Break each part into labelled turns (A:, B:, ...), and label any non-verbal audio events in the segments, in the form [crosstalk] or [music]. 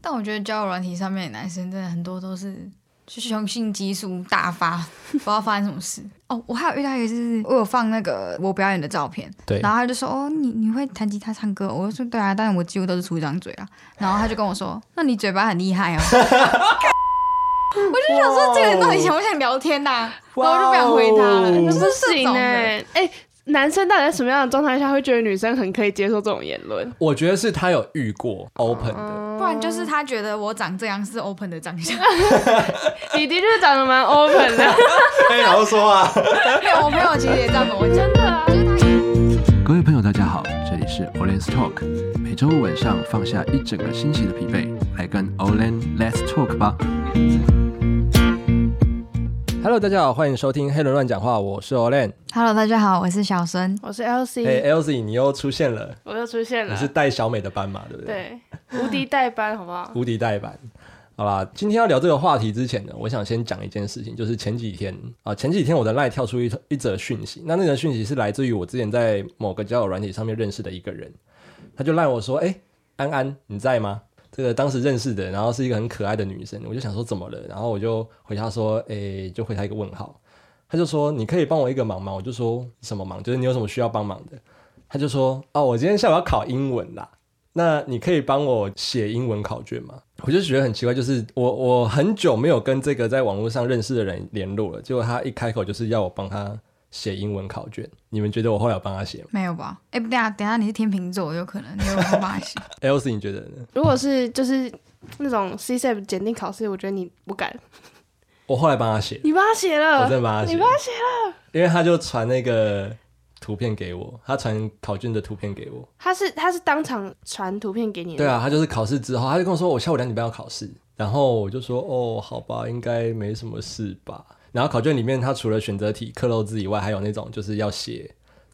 A: 但我觉得交友软体上面的男生真的很多都是就雄性激素大发， [laughs] 不知道发生什么事。哦，我还有遇到一个就是我有放那个我表演的照片，
B: 对
A: 然后他就说哦你你会弹吉他唱歌，我就说对啊，但我几乎都是出一张嘴啊。然后他就跟我说，那你嘴巴很厉害哦。 [laughs] 我就想说，这个人到底想不想聊天呐、然后我就不想回他了。
B: 哇哦
A: 就是
C: 不
A: 这
C: 行
A: 种的
C: 哎、哎、男生到底在什么样的状态下会觉得女生很可以接受这种言 [laughs] 论？
B: 我觉得是他有遇过 open 的，
C: 嗯
A: 不然就是他觉得我长这样是 open 的长相， [laughs]
C: 你的确长得蛮 open 的，
B: 哎，老实说啊，
A: 没有，我朋友其实也这样子，我真
C: [laughs] 真的、啊。
A: 就是他。
D: 各位朋友，大家好，这里是 Olen's Talk，每周五晚上放下一整个星期的疲惫，来跟 Olen Let's Talk 吧。
B: Hello，大家好，欢迎收听《黑人乱讲话》，我是 Olen。
A: Hello，大家好，我是小孙。
C: 我是 LC，、
B: 哎，Elsie，你又出现了，
C: 我又出现
B: 你
C: 了。
B: 是带小美的班嘛，对不对？，
C: 对，无敌代班，好不好？
B: 无敌代班。好啦，今天要聊这个话题之前呢，我想先讲一件事情，就是前几天啊，前几天我的 line 跳出一一则讯息，那那则讯息是来自于我之前在某个交友软体上面认识的一个人，他就赖我说，哎、安安你在吗？这个当时认识的，然后是一个很可爱的女生，我就想说怎么了，然后我就回他说，哎、就回他一个问号，他就说你可以帮我一个忙吗？我就说什么忙？就是你有什么需要帮忙的？他就说哦，我今天下午要考英文啦，那你可以帮我写英文考卷吗？我就觉得很奇怪，就是我我很久没有跟这个在网络上认识的人联络了，结果他一开口就是要我帮他写英文考卷。你们觉得我后来有帮他写吗
A: 没有吧？哎、不对啊，等一下你是天秤座，有可能你有办法写。
B: ？Elsie，你觉得呢？
C: [laughs] 如果是就是那种 CSEP 检定考试，我觉得你不敢，
B: 我后来帮他写，
C: 你帮他写了，
B: 我真的帮他写
C: 你帮他写了，
B: 因为他就传那个图片给我，他传考卷的图片给我。
C: 他是他是当场传图片给你的，
B: 对啊，他就是考试之后，他就跟我说我下午两点半要考试，然后我就说哦，好吧，应该没什么事吧。然后考卷里面，他除了选择题、克漏字以外，还有那种就是要写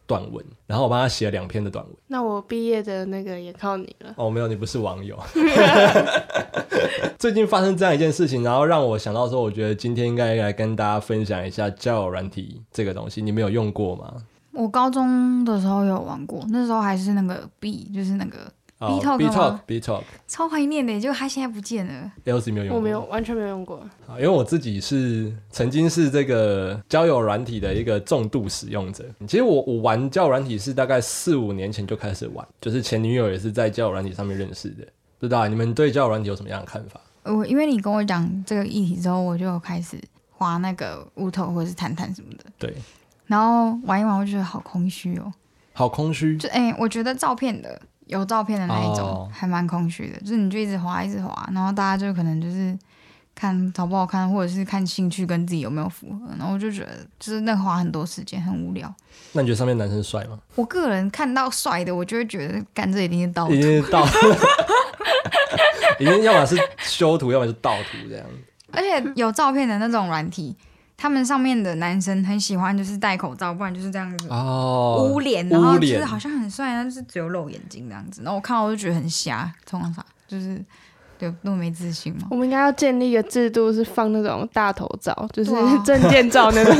B: 短文，然后我帮他写了两篇的短文。
C: 那我毕业的那个也靠你了。
B: 哦，没有，你不是网 [laughs] 友。最近发生这样一件事情，然后让我想到说，我觉得今天应该来跟大家分享一下交友软体这个东西，你们有用过吗？
A: 我高中的时候有玩过，那时候还是那个 B，就是那个 BTalk 吗
B: B Talk 哦 B Talk。
A: 超怀念的，结果他现在不见了。
B: L C 没有用过，
C: 我没有，完全没有用过。
B: 啊好，因为我自己是曾经是这个交友软体的一个重度使用者。其实我我玩交友软体是大概四五年前就开始玩，就是前女友也是在交友软体上面认识的。不知道啊你们对交友软体有什么样的看法？
A: 我因为你跟我讲这个议题之后，我就有开始划那个乌头或者是探探什么的，
B: 对，
A: 然后玩一玩，我就觉得好空虚哦。
B: 好空虚。
A: 就哎、我觉得照片的有照片的那一种、
B: 哦
A: 还蛮空虚的，就是你就一直滑一直滑，然后大家就可能就是看好不好看，或者是看兴趣跟自己有没有符合，然后我就觉得就是那花很多时间很无聊。
B: 那你觉得上面男生帅吗？
A: 我个人看到帅的，我就会觉得干这一定是
C: 哦
A: 盗
B: 已
A: 图。
B: 经到， [laughs] 已经要么是修图，要么是盗图这样。
A: 而且有照片的那种软体，他们上面的男生很喜欢就是戴口罩，不然就是这样子。
B: 哦，
A: 捂脸，然后
B: 捂
A: 就是
B: 脸
A: 好像很帅，但是只有露眼睛这样子。然后我看到我就觉得很瞎，通常就是有那么没自信吗？
C: 我们应该要建立一个制度，是放那种大头照，就是
A: 对啊
C: [laughs] 证件照那
B: [laughs]
C: 种，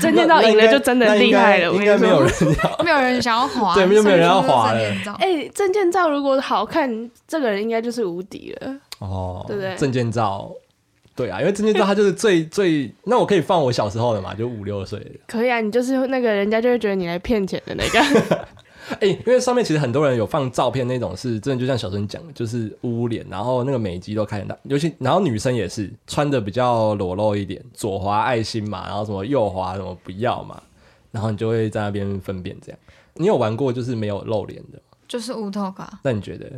C: 证件照赢了就真的厉害了。
B: 那
C: 我
B: 应该应
C: 跟
B: 该
C: 你
B: 没有
C: 说，
B: 人要。
A: 没有人想要滑，
B: 对就没有人要滑
A: 所以
B: 了
A: 就是证件照
C: 哎、证件照如果好看，这个人应该就是无敌了。
B: 哦，
C: 对不对
B: 证件照，对啊，因为证件照它就是最 [laughs] 最，那我可以放我小时候的嘛，就五六岁的。
C: 可以啊，你就是那个人家就会觉得你来骗钱的那个。
B: [laughs] 哎、因为上面其实很多人有放照片那种是真的，就像小生讲的，就是捂脸，然后那个美肌都开很大，尤其然后女生也是穿的比较裸露一点，左滑爱心嘛，然后什么右滑什么不要嘛，然后你就会在那边分辨这样。你有玩过就是没有露脸的吗？
A: 就是无头卡，
B: 那你觉得？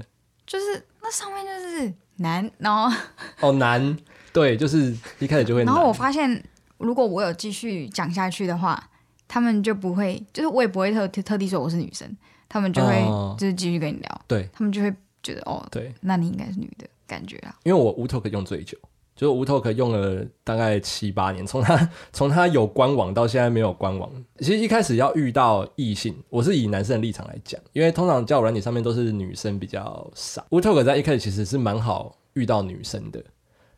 A: 就是那上面就是男，然后
B: 哦，难，对，就是一开始就会
A: 然
B: 难。
A: 后我发现，如果我有继续讲下去的话，他们就不会，就是我也不会特特地说我是女生，他们就会
B: 哦
A: 就是继续跟你聊，
B: 对
A: 他们就会觉得哦，
B: 对，
A: 那你应该是女的感觉啊， [laughs]
B: 因为我无 Talk 用最久，就是无 Talk 用了大概七八年，从它 [laughs] 从它有官网到现在没有官网。其实一开始要遇到异性，我是以男生的立场来讲，因为通常交友软体上面都是女生比较少。无 Talk 在一开始其实是蛮好遇到女生的，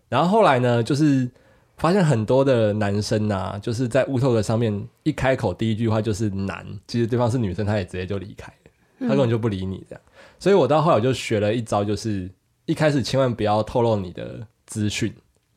B: 然后后来呢，就是发现很多的男生啊，就是在无 Talk 上面一开口第一句话就是“男”，其实对方是女生，他也直接就离开了，他根本就不理你这样。所以我到后来我就学了一招，就是。一开始千万不要透露你的资讯，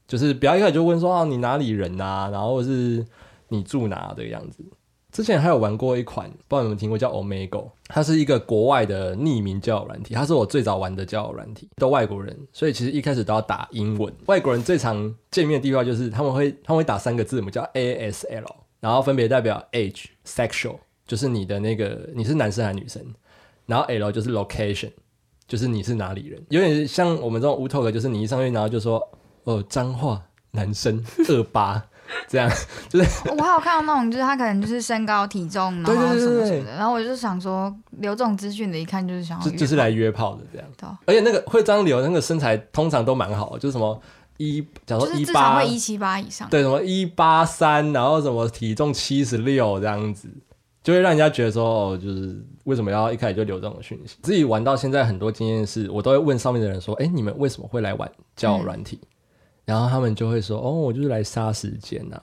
B: 就是不要一开始就问说啊你哪里人啊，然后是你住哪这个样子。之前还有玩过一款，不知道你们有没有听过叫 Omegle，它是一个国外的匿名交友软体，它是我最早玩的交友软体，都外国人，所以其实一开始都要打英文。外国人最常见面的地方就是他们会他们会打三个字母叫 ASL，然后分别代表 age、sexual，就是你的那个你是男生还是女生，然后 L 就是 location，就是你是哪里人，有点像我们这种无头的，就是你一上去然后就说哦脏话男生二八这样，
A: 哦我还有看到那种，就是他可能就是身高体重，然
B: 对对
A: 后
B: 对
A: 什么
B: 对
A: 什
B: 对
A: 么的，然后我就想说，留这种资讯的，一看就是想要
B: 就
A: 约
B: 就是来约炮的这样。
A: 对啊
B: 而且那个会张流那个身材通常都蛮好，就是什么一，假如
A: 就
B: 说
A: 是
B: 一
A: 至少
B: 八
A: 会，一七八以上。
B: 对，什么一八三，然后什么体重七十六这样子，就会让人家觉得说，哦，就是为什么要一开始就留这种讯息？自己玩到现在很多经验是，我都会问上面的人说，哎，你们为什么会来玩交友软体？然后他们就会说，哦，我就是来杀时间呐、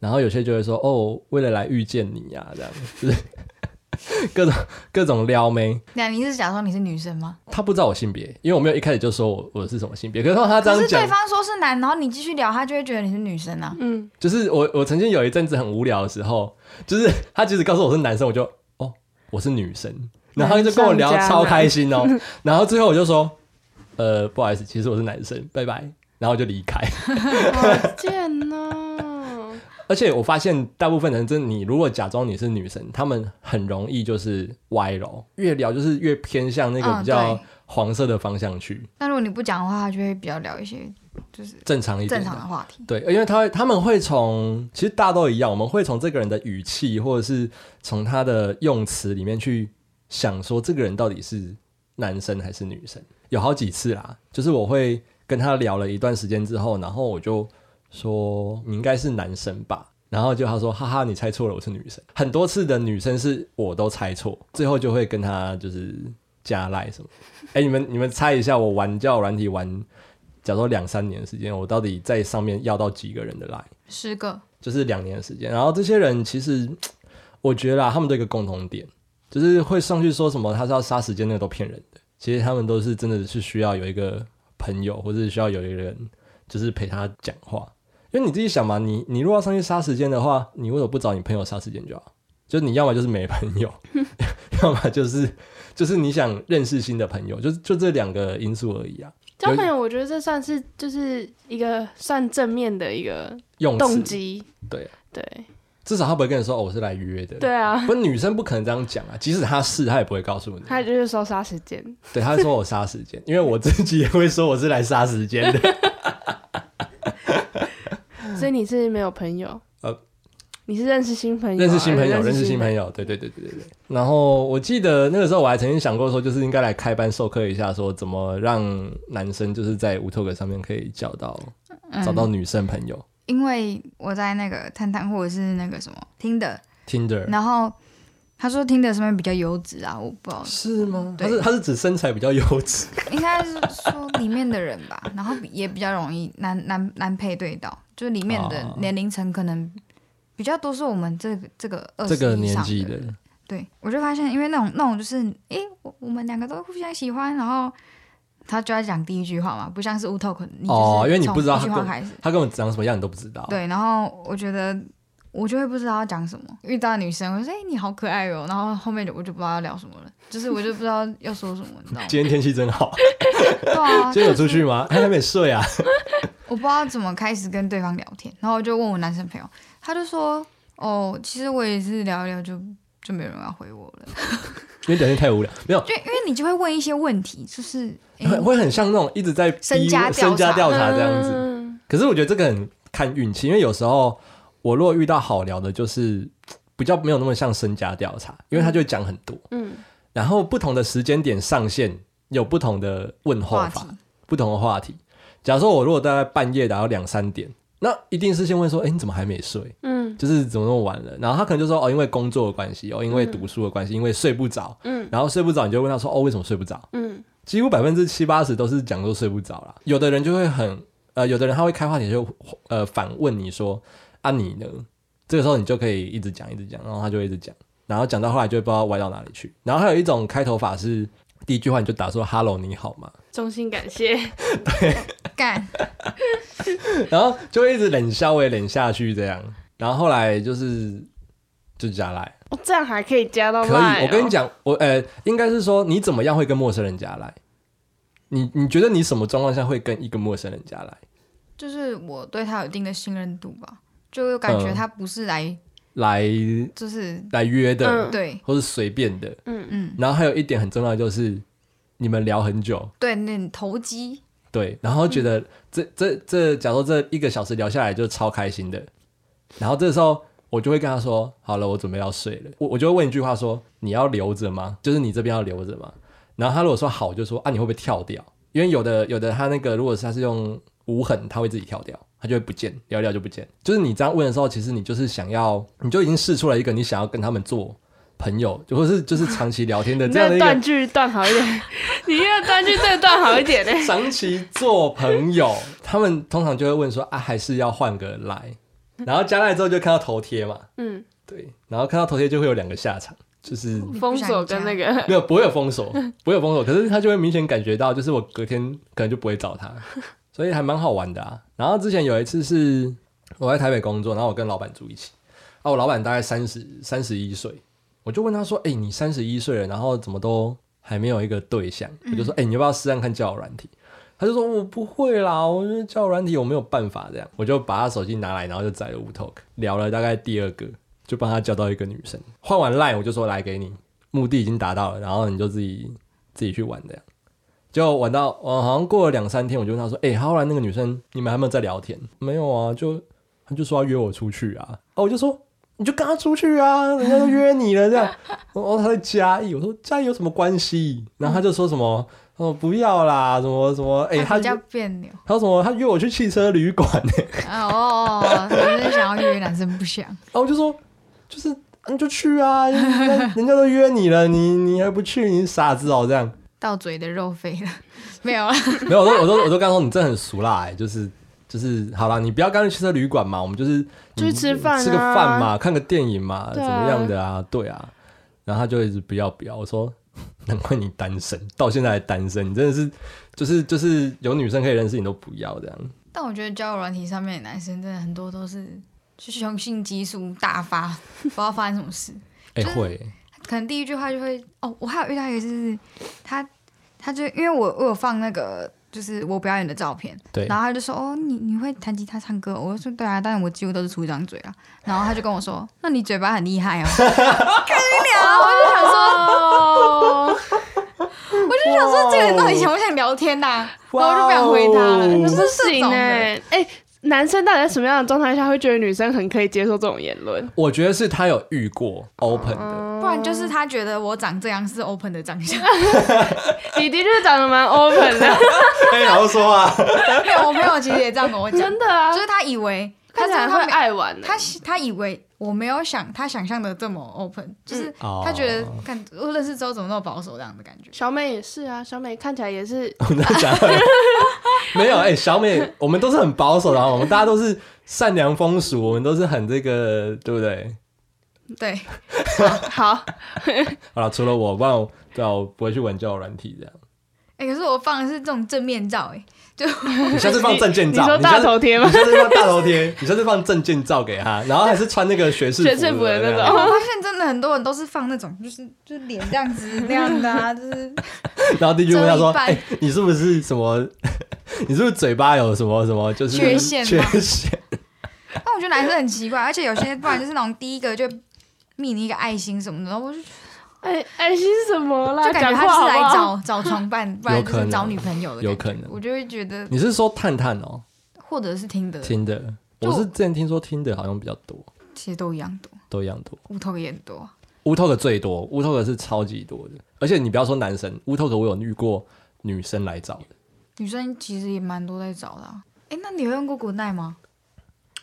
B: 然后有些就会说，哦，为了来遇见你呀、这样就是各种各种撩妹。
A: 那你是假装你是女生吗？
B: 他不知道我性别，因为我没有一开始就说我我是什么性别。可是他
A: 可
B: 这样
A: 是对
B: 讲，
A: 方说是男，然后你继续聊，他就会觉得你是女生啊。
C: 嗯，
B: 就是我我曾经有一阵子很无聊的时候，就是他即使告诉我是男生，我就哦我是女生，然后他就跟我聊
C: 男上加
B: 超开心哦，然后最后我就说呃不好意思，其实我是男生，拜拜，然后我就离开。
C: 好贱
B: [laughs]
C: 哦！
B: 而且我发现大部分人真的，你如果假装你是女生，他们很容易就是歪楼，越聊就是越偏向那个
A: 嗯
B: 比较
A: 对
B: 黄色的方向去，
A: 但如果你不讲的话，他就会比较聊一些就是
B: 正常一点
A: 正
B: 的。
A: 常的话题。
B: 对，因为他会他们会从，其实大家都一样，我们会从这个人的语气，或者是从他的用词里面去想说，这个人到底是男生还是女生。有好几次啦，就是我会跟他聊了一段时间之后，然后我就说你应该是男生吧，然后就他说哈哈，你猜错了，我是女生。很多次的女生是我都猜错，最后就会跟他就是加赖什么。哎、你们你们猜一下，我玩交友软体玩假如说两三年的时间，我到底在上面要到几个人的 line？
A: 十个，
B: 就是两年的时间。然后这些人其实，我觉得啦，他们都有一个共同点，就是会上去说什么他是要杀时间，那个都骗人的。其实他们都是真的是需要有一个朋友，或者是需要有一个人，就是陪他讲话。因为你自己想嘛，你你如果要上去杀时间的话，你为什么不找你朋友杀时间就好？就是你要么就是没朋友，要么就是就是你想认识新的朋友，就就这两个因素而已啊。
C: 交朋友，我觉得这算是就是一个算正面的一个
B: 用词
C: 动机，
B: 对啊
C: 对
B: 至少他不会跟你说、哦、我是来约的。
C: 对啊，
B: 不是女生不可能这样讲啊，即使她是，她也不会告诉你。
C: 他就是说杀时间，
B: 对，她会说我杀时间，因为我自己也会说我是来杀时间的。
C: 所以你是没有朋友，
B: 嗯呃
C: 你是认识新朋友啊，
B: 认识新朋友，认
C: 认
B: 识新朋
C: 友，
B: 友，对对对对对对。然后我记得那个时候我还曾经想过说，就是应该来开班授课一下，说怎么让男生就是在无 t o 上面可以交到找到
A: 嗯，
B: 女生朋友。
A: 因为我在那个探探或者是那个什么听的，
B: Tinder
A: 然后他说听的上面比较优质啊，我不知道，
B: 是吗？他
A: 对
B: 是他是指身材比较优质，
A: 应该是说里面的人
B: [laughs]
A: 吧，然后也比较容易难难难配对到，就是里面的
B: 哦
A: 年龄层可能比较多是我们这个这个二
B: 这
A: 十
B: 个
A: 以
B: 年
A: 上
B: 纪
A: 的
B: 的
A: 人。对，我就发现，因为那种那种就是，诶，我我们两个都互相喜欢，然后他就要讲第一句话嘛，不像是乌头可你就是
B: 哦因为你
A: 从
B: 不知道
A: 一句
B: 他
A: 话
B: 跟
A: 开始，
B: 他跟我长什么样你都不知道。，
A: 对，然后我觉得我就会不知道要讲什么，遇到女生我就说，诶，你好可爱哦，然后后面就我就不知道要聊什么了，就是我就不知道要说什么，你知
B: [laughs]
A: 道吗？
B: 今天天气真好，
A: 对啊，
B: 今天有出去吗？哎还没睡啊？
A: 我不知道怎么开始跟对方聊天，然后我就问我男生朋友，他就说，哦，其实我也是聊一聊就就没有人要回我了，
B: 因为表现太无聊，没有。
A: 就因为你就会问一些问题，就是。
B: [laughs]
A: 诶
B: 会会很像那种一直在逼
A: 嗯身家调查
B: 身家调查这样子。
C: 嗯
B: 可是我觉得这个很看运气，因为有时候我如果遇到好聊的，就是比较没有那么像身家调查，因为他就会讲很多，
C: 嗯，
B: 然后不同的时间点上线有不同的问候
A: 话
B: 法
A: 题，，
B: 不同的话题。假如说我如果大概半夜打到两三点，那一定是先问说：“哎、你怎么还没睡？”
C: 嗯
B: 就是怎么那么晚了？然后他可能就说哦，因为工作的关系，哦，因为读书的关系，因为睡不着，
C: 嗯
B: 然后睡不着，你就问他说哦，为什么睡不着？
C: 嗯，
B: 几乎百分之七八十都是讲说睡不着啦。有的人就会很呃，有的人他会开话题就呃反问你说啊你呢？这个时候你就可以一直讲一直讲，然后他就会一直讲，然后讲到后来就会不知道歪到哪里去。然后还有一种开头法是第一句话你就打说 “hello，你好吗 [laughs]
C: 衷心感谢，
A: 干，”，
B: 然后就会一直冷笑诶冷下去这样，然后后来就是就加来。
C: 哦，这样还可以加到哦
B: 可以，
C: 赖。
B: 我跟你，讲，我呃，应该是说你怎么样会跟陌生人加来？你你觉得你什么状况下会跟一个陌生人加来？
A: 就是我对他有一定的信任度吧，就感觉
B: 嗯
A: 他不是来
B: 来
A: 就是
B: 来约的，
C: 嗯
A: 对，
B: 或是随便的。
A: 嗯，
B: 然后还有一点很重要的就是，你们聊很久，
A: 对，那投机，
B: 对，然后觉得这、这这，假如这一个小时聊下来就超开心的，然后这时候我就会跟他说：“好了，我准备要睡了。我”我就会问一句话说：“你要留着吗？就是你这边要留着吗？”然后他如果说好，就说：“啊，你会不会跳掉？”因为有的有的他那个如果是他是用无痕，他会自己跳掉，他就会不见，聊一聊就不见。就是你这样问的时候，其实你就是想要，你就已经试出来一个你想要跟他们做朋友，或是就是长期聊天的
C: 你
B: 这样的一
C: 这
B: 个
C: 断句断好一点， [laughs] 你这个断句再断好一点 [laughs] 呢。
B: 长期做朋友，他们通常就会问说啊，还是要换个来。然后加来之后就看到头贴嘛，
C: 嗯，
B: 对，然后看到头贴就会有两个下场，就是
A: 你不
C: 封
A: 想
C: 锁跟那
A: 加
C: 个
B: 没有不会有封锁，不会有封锁，可是他就会明显感觉到，就是我隔天可能就不会找他，所以还蛮好玩的啊。然后之前有一次是我在台北工作，然后我跟老板住一起，啊，我老板大概三十三十一岁，我就问他说：“哎、你三十一岁了，然后怎么都还没有一个对象？”我就说：“哎、你要不要试试看交友软体？”他就说：“我不会啦，我觉得交友软体我没有办法这样。”我就把他手机拿来，然后就载了 WeTalk 聊了大概第二个，就帮他交到一个女生。换完 Line 我就说：“来给你，目的已经达到了，然后你就自己自己去玩这样。”结果玩到我好像过了两三天，我就问他说：“哎、后来那个女生你们还没有在聊天？没有啊，就他就说要约我出去啊，啊，我就说你就跟他出去啊，人家都约你了这样。 [laughs] 哦，他在嘉义，我说嘉义有什么关系？然后他就说什么，他说不要啦，什么什么，哎、
A: 他
B: 他
A: 啊比较
B: 约
A: 别扭，
B: 他说什么，他约我去汽车旅馆、 [laughs] 欸，
A: 啊哦，哦哦男生想要约男生不想，
B: 然后我就说就是你就去啊，人家人家都约你了，你你还不去，你傻子哦这样。
A: 到嘴的肉飞了， [laughs] 没有啊，
B: [laughs] 没有，我说我说我说，刚说你真的很俗啦、欸，就是。就是好啦，你不要干脆去车旅馆嘛，我们就是
C: 就是吃饭啊
B: 吃个饭嘛，看个电影嘛，
C: 对
B: 怎
C: 啊
B: 么样的啊？对啊，然后他就一直不要不要，我说难怪你单身，到现在还单身，你真的是就是就是有女生可以认识你都不要这样。
A: 但我觉得交友软体上面的男生真的很多都是就是雄性激素大发，不知道发生什么事。
B: 哎、
A: 就是
B: 会
A: 可能第一句话就会哦，我还有遇到一个就是他，他就因为我我有放那个就是我表演的照片，
B: 对
A: 然后他就说哦，你你会弹吉他唱歌？我就说对啊，但我几乎都是出一张嘴啊。然后他就跟我说，那你嘴巴很厉害哦。我
C: 我想说，
A: 就想说这个人到底想不想聊天呐、然后我就不想回他
B: 哦
A: 了，就
C: 啊不
A: 是这
C: 行
A: 种
C: 呢。
A: 的。
C: 哎，男生到底在什么样的状态下会觉得女生很可以接受这种言 [laughs] 论？
B: 我觉得是他有遇过 open 的，
C: 哦
A: 不然就是他觉得我长这样是 open 的长相， [laughs]
C: 你的确长得蛮 open 的，
B: 哎、然后说啊，
A: 没有，我朋友其实也这样跟我讲，
C: [laughs] 真的 [laughs] 啊
A: 就，是他以为他
C: 看起来
A: 真的
C: 会
A: 没
C: 爱玩的。
A: 他喜他以为我没有想他想象的这么 open，就是
B: 哦
A: 他觉得看我认识之后怎么那么保守这样的感觉。
C: 小美也是啊，小美看起来也是
B: 我们在讲没有哎、小美，我们都是很保守的啊，我们大家都是善良风俗，我们都是很这个，对不对？嗯
A: 对，
C: 好，
B: [laughs] 好了，除了我，不然我对啊，我不会去玩交友软体这
C: [laughs]
B: 样。
A: 哎、可是我放的是这种正面照、
B: [laughs]
A: 哎，就
B: 你下次放证件
C: 你
B: 照，
C: 说
B: 下
C: 大
B: 次
C: 头贴吗
B: 你？下次放大头贴， [laughs] 你下次放证件照给他，然后还是穿那个学士
C: 学士服的那
B: 这样
A: 我
C: [laughs] 种
A: 发现真的很多人都是放那种，就是就是脸这样子那样的
B: [laughs]
A: 啊，就是
B: 然后第一句问他说：“
A: 遮一半
B: 哎、你是不是什么？ [laughs] 你是不是嘴巴有什么什么？就是
A: 缺陷
B: 缺
A: 吗
B: 陷？
A: 但我觉得男生很奇怪，而且有些不然就是那种第一个就命你一个爱心什么的，然后我就就
C: 爱爱哎心什么啦？
A: 感觉
C: 讲
A: 他
C: 话
A: 是
C: 好不
A: 来
C: 好？
A: 找找床伴，不
B: [laughs] 有
A: 然
B: 可
A: 就
B: 能
A: 是找女朋友的
B: 有
A: 感觉
B: 可能
A: 我就会觉得，
B: 你是说探探哦？
A: 或者是听的，
B: 听的，
A: 就
B: 我是之前听说听的好像比较多，
A: 其实都一样多，
B: 都一样多。
A: 乌头也很多。
B: 乌托克最多，乌托克是超级多的。而且你不要说男生，乌托克我有遇过女生来找的。
A: 女生其实也蛮多在找的、啊。哎，那你有用过 Good Night 吗？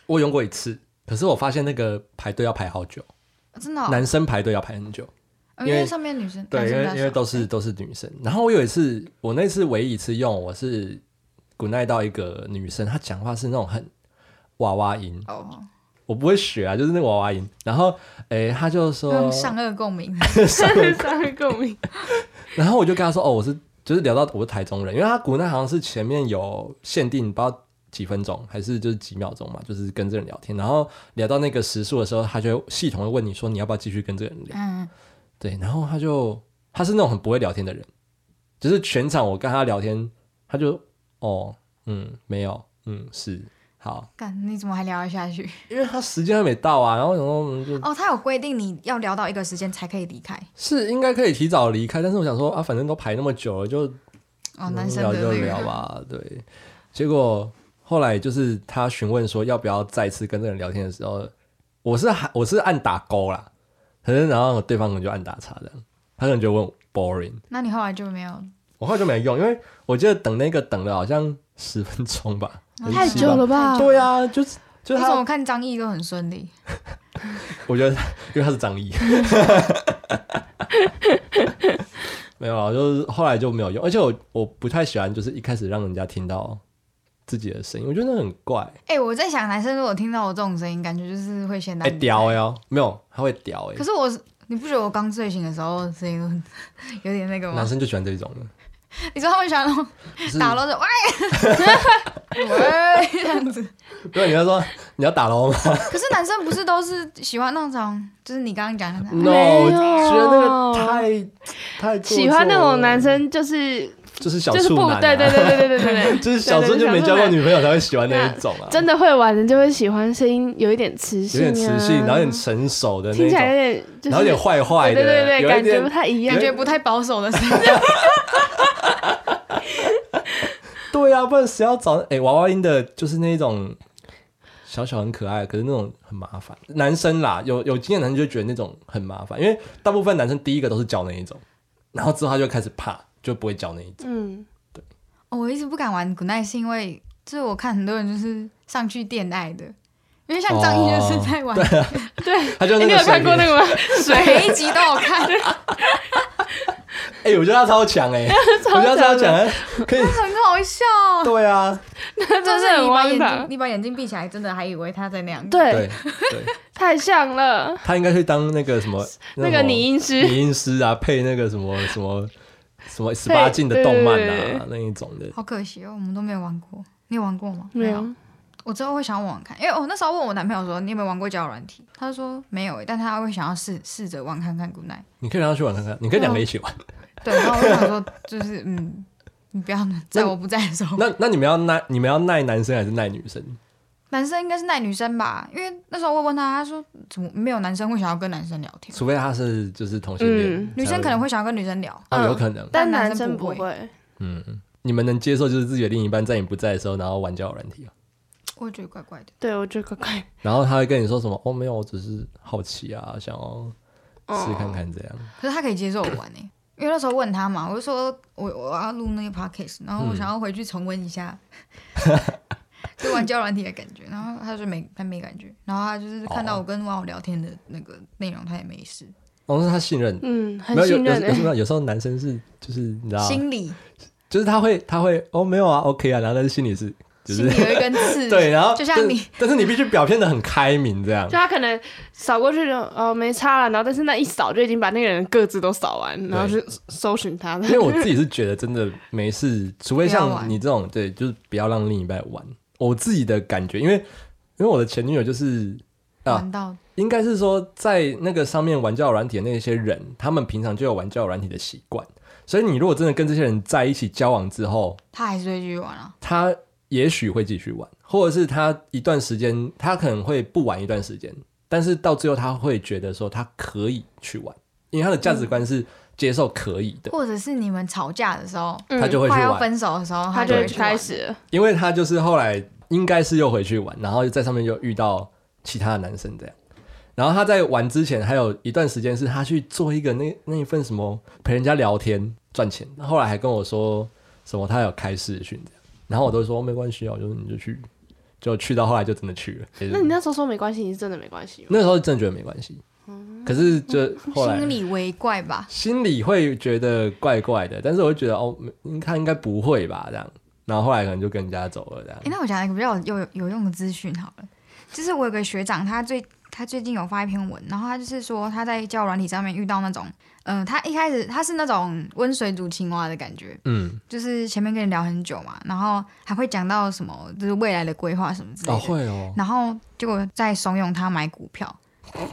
B: 我用过一次，可是我发现那个排队要排好久，
A: 啊真的哦、
B: 男生排队要排很久。
A: 呃
B: 因
A: 因
B: 为
A: 为上面女生
B: 对，
A: 男
B: 因
A: 生比
B: 为
A: 较少
B: 因为都是都是女生。然后我有一次，我那次唯一一次用，我是古奈到一个女生，她讲话是那种很娃娃音，
A: 哦，
B: 我不会学啊，就是那个娃娃音。然后，诶，他就说
A: 用上颚共鸣， [laughs] 嗯
C: [laughs] 三个共鸣，
B: 然后我就跟他说，哦，我是就是聊到我是台中人，因为他国内好像是前面有限定，不知道几分钟还是就是几秒钟嘛，就是跟这个人聊天，然后聊到那个时数的时候，他就会系统会问你说你要不要继续跟这个人聊，
A: 嗯，
B: 对，然后他就他是那种很不会聊天的人，就是全场我跟他聊天，他就哦嗯没有嗯是好，
A: 干你怎么还聊得下去？
B: 因为他时间还没到啊，然后然后我们就
A: 哦，他有规定你要聊到一个时间才可以离开。
B: 是应该可以提早离开，但是我想说啊，反正都排那么久了，就
A: 哦，
B: 嗯
A: 男生
B: 聊
A: 的
B: 就
A: 那
B: 聊
A: 个，
B: 吧，对。结果后来就是他询问说要不要再次跟这个人聊天的时候，我是还我是按打勾啦，可是然后对方可能就按打叉这样，他可能觉得我很 boring，
A: 那你后来就没有？
B: 我后来就没用，因为我记得等那个等了好像十分钟吧，
A: 哦
C: 太
B: 17
C: 久
B: 吧
C: 了吧？
B: 对啊，就是就
A: 为
B: 是
A: 什么我
B: 他，
A: 看张译都很顺利？
B: 我觉得 [laughs] 因为他是张
C: [laughs]
B: 译，没有啊，就是后来就没有用，而且我我不太喜欢就是一开始让人家听到自己的声音，我觉得那很怪。
A: 哎、我在想，男生如果听到我这种声音，感觉就是会先
B: 哎、
A: 来
B: 屌哎、哦，没有，他会屌哎、
A: 可是我，你不觉得我刚睡醒的时候声音都很 [laughs] 有点那个吗
B: 男？生就喜欢这种的，
A: 你知道他们喜欢那种
B: 就是
A: 打咯的，喂，喂 [laughs] 这样子。
B: 对，你要说你要打喽
C: [laughs]
B: 吗
A: 可是男生不是都是喜欢那种，就是你刚刚讲
C: 嗯
A: 的那种，
B: ？No，我觉得那个
C: 有
B: 太太做作
C: 喜欢那
B: 了
C: 种男，生就是
B: 就是小
C: 就是
B: 处
C: 不
B: 男、啊，，
C: 对对对对对对对
B: 就是小时候就没交过女朋友才会喜欢那一种啊，
C: 真的会玩的就会喜欢声音有一点磁
B: 有
C: 性、啊，
B: 点磁性，然后有点成熟的
C: 听
B: 那
C: 起来有
B: 种，
C: 点就是
B: 然后有点坏坏的，
C: 对对对对，
B: 有一
C: 感觉
B: 点
C: 不太一样
A: 感。觉不太保守的声
C: [laughs]
A: 音。
B: 对啊，不然谁要找哎、娃娃音的，就是那种小小很可爱，可是那种很麻烦。男生啦，有有经验的男生就觉得那种很麻烦，因为大部分男生第一个都是教那一种，然后之后他就开始怕，就不会教那一种。
C: 嗯，
A: 哦我一直不敢玩古奈，是因为就是我看很多人就是上去恋爱的，因为像张译就是在玩， [laughs]
B: 他就那
C: 哎你
B: 个
C: 有
B: 水
C: 看过那
B: 平
C: 个吗？
A: 每一集都有看，很
B: 哎、我觉得他超强
C: [laughs]
B: 哎、我觉得他超强、欸，可以。
A: 好笑。
B: 对啊，
A: 就
C: 真
A: 是
C: 的
A: 你
C: 很
A: 把
C: 荒
A: 眼睛，
C: 唐，
A: 你把眼睛闭起来，真的还以为他在那样。，
C: 对
B: 对，对，
C: 太像了。
B: 他应该去当那个什么
C: 那
B: 什
C: 个
B: 么
C: 拟
B: [laughs]
C: 音师
B: 拟音师啊，配那个什么什么什么十八禁的动漫
C: 对对对
B: 啊那一种的。
A: 好可惜哦，我们都没有玩过。你有玩过吗？
C: 没有，
A: 我之后会想要玩玩看，因为我那时候问我男朋友说你有没有玩过交友软体，他就说没有欸，但他会想要试试着玩看看 Good Night。
B: 你可以让他去玩看看，你可以两个一起玩。
A: [laughs] 对，然后我就想说，就是嗯，你不要在我不在的时候。
B: 那那你们要耐你们要耐男生还是耐女生？
A: 男生应该是耐女生吧，因为那时候我问他，他说怎么没有男生会想要跟男生聊天，
B: 除非他是就是同性恋，
C: 嗯
B: 才
A: 女生可能会想要跟女生聊。
B: 啊，有可能，
C: 但
A: 但
C: 男
A: 男生
C: 生
A: 不
C: 不
A: 会
C: 会。
B: 嗯。你们能接受就是自己的另一半在你不在的时候，然后玩交友软体啊？
A: 我觉得怪怪的，
C: 对，我觉得怪怪。
B: 然后他会跟你说什么？哦，没有，我只是好奇啊，想要试试看看这样。
A: 可是他可以接受我玩诶、因为那时候问他嘛，我就说我我要录那个 podcast，然后我想要回去重温一
B: [laughs]
A: 下，就玩交友软体的感觉，然后他就没他没感觉，然后他就是看到我跟网友聊天的那个内容，他也没事，
B: 哦，是他信任，
C: 嗯，很
B: 没有有
C: 信
B: 有
C: 任
B: 有时
C: 欸
B: 候有时候男生是就是你知道，啊
A: 心里
B: 就是他会他会哦没有啊，OK 啊，然后但是心里是就
A: 心
B: 是
A: 里有一根刺，
B: [laughs] 对，啊然后
A: 就像
B: 但
A: 你，
B: 但是你必须表现的很开明这样
A: [laughs]
C: 就。他可能扫过去就哦没差了，然后但是那一扫就已经把那个人各自都扫完，然后就搜寻他了
B: [laughs] 因。为我自己是觉得真的没事，除非
A: 不要
B: 像
A: 玩
B: 你这种，对，就是不要让另一半玩。我自己的感觉，因为因为我的前女友就是啊
A: 玩到
B: 应该是说，在那个上面玩交友软体的那些人，他们平常就有玩交友软体的习惯，所以你如果真的跟这些人在一起交往之后，
A: 他还是会继续玩啊，
B: 他也许会继续玩，或者是他一段时间，他可能会不玩一段时间，但是到最后他会觉得说他可以去玩，因为他的价值观是接受可以的，
A: 或者是你们吵架的时候，
C: 嗯
B: 他就会去
A: 快要
B: 玩，
A: 分手的时候，
C: 他
A: 就
C: 就
A: 会
C: 会
A: 去
C: 开
A: 玩
C: 始了
B: 因为他就是后来应该是又回去玩，然后在上面又遇到其他的男生这样。然后他在玩之前还有一段时间是他去做一个那那一份什么陪人家聊天赚钱，后来还跟我说什么他有开视讯这样，然后我都说没关系哦，就是你就去，就去到后来就真的去了。
C: 那你那时候说没关系，你是真的没关系吗？
B: 那时候真的觉得没关系，可是就后来
A: 心里为怪吧。
B: 心里会觉得怪怪的，但是我会觉得哦，没他应该不会吧这样，然后后来可能就跟人家走了这样
A: 哎、。那我讲一个比较有有有用的资讯好了，就是我有个学长，他最他最近有发一篇文，然后他就是说他在交友软体上面遇到那种，嗯、他一开始他是那种温水煮青蛙的感觉，
B: 嗯，
A: 就是前面跟你聊很久嘛，然后还会讲到什么就是未来的规划什么之类
B: 哦
A: 的，
B: 会哦，
A: 然后结果再怂恿他买股票，